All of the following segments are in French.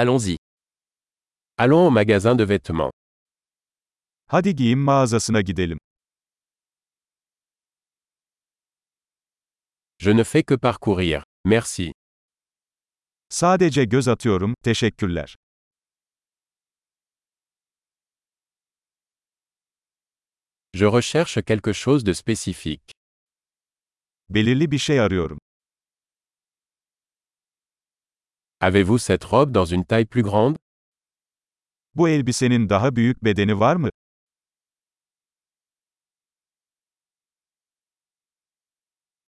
Allons-y. Allons au magasin de vêtements. Hadi giyim mağazasına gidelim. Je ne fais que parcourir. Merci. Sadece göz atıyorum, teşekkürler. Je recherche quelque chose de spécifique. Belirli bir şey arıyorum. Avez-vous cette robe dans une taille plus grande Bu elbisenin daha büyük bedeni var mı?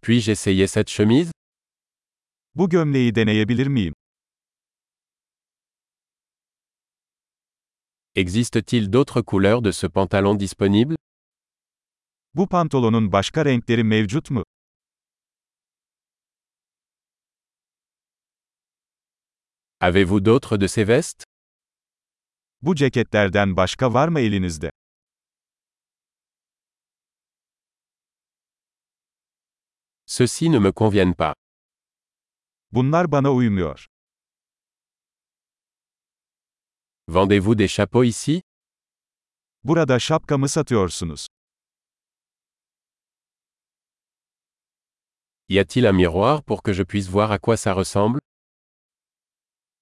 Puis-je essayer cette chemise Bu gömleği deneyebilir miyim? Existe-t-il d'autres couleurs de ce pantalon disponible Bu pantolonun başka renkleri mevcut mu? Avez-vous d'autres de ces vestes Bu ceketlerden başka var mı elinizde? Ceux-ci ne me conviennent pas. Bunlar bana uymuyor. Vendez-vous des chapeaux ici Burada şapkamı satıyorsunuz. Y a-t-il un miroir pour que je puisse voir à quoi ça ressemble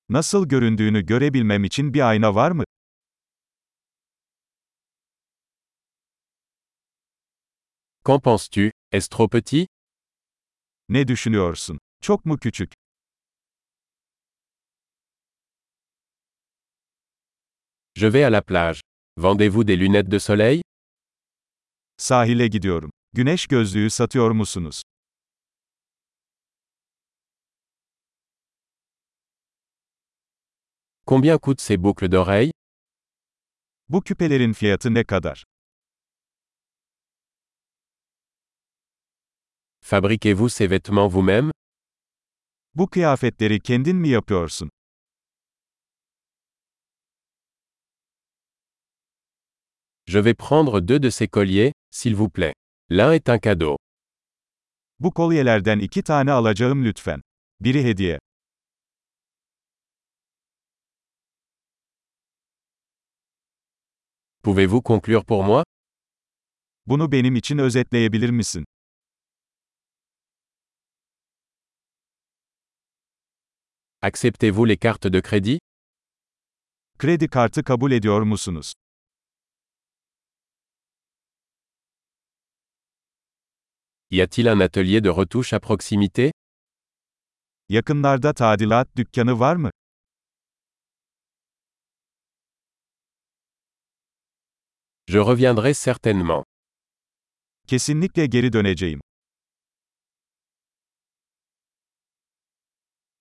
Nasıl göründüğünü görebilmem için bir ayna var mı? Qu'en penses-tu Est-ce trop petit Ne düşünüyorsun? Çok mu küçük? Je vais à la plage. Vendez-vous des lunettes de soleil Sahile gidiyorum. Güneş gözlüğü satıyor musunuz? Combien coûtent ces boucles d'oreilles Bu küpelerin fiyatı ne kadar? Fabriquez-vous ces vêtements vous-même Bu kıyafetleri kendin mi yapıyorsun? Je vais prendre deux de ces colliers, s'il vous plaît. L'un est un cadeau. Bu kolyelerden iki tane alacağım lütfen. Biri hediye. Pouvez-vous conclure pour moi Bunu benim için özetleyebilir misin? Acceptez-vous les cartes de crédit Kredi kartı kabul ediyor musunuz? Y a-t-il un atelier de retouche à proximité Yakınlarda tadilat dükkanı var mı? Je reviendrai certainement. Kesinlikle geri döneceğim.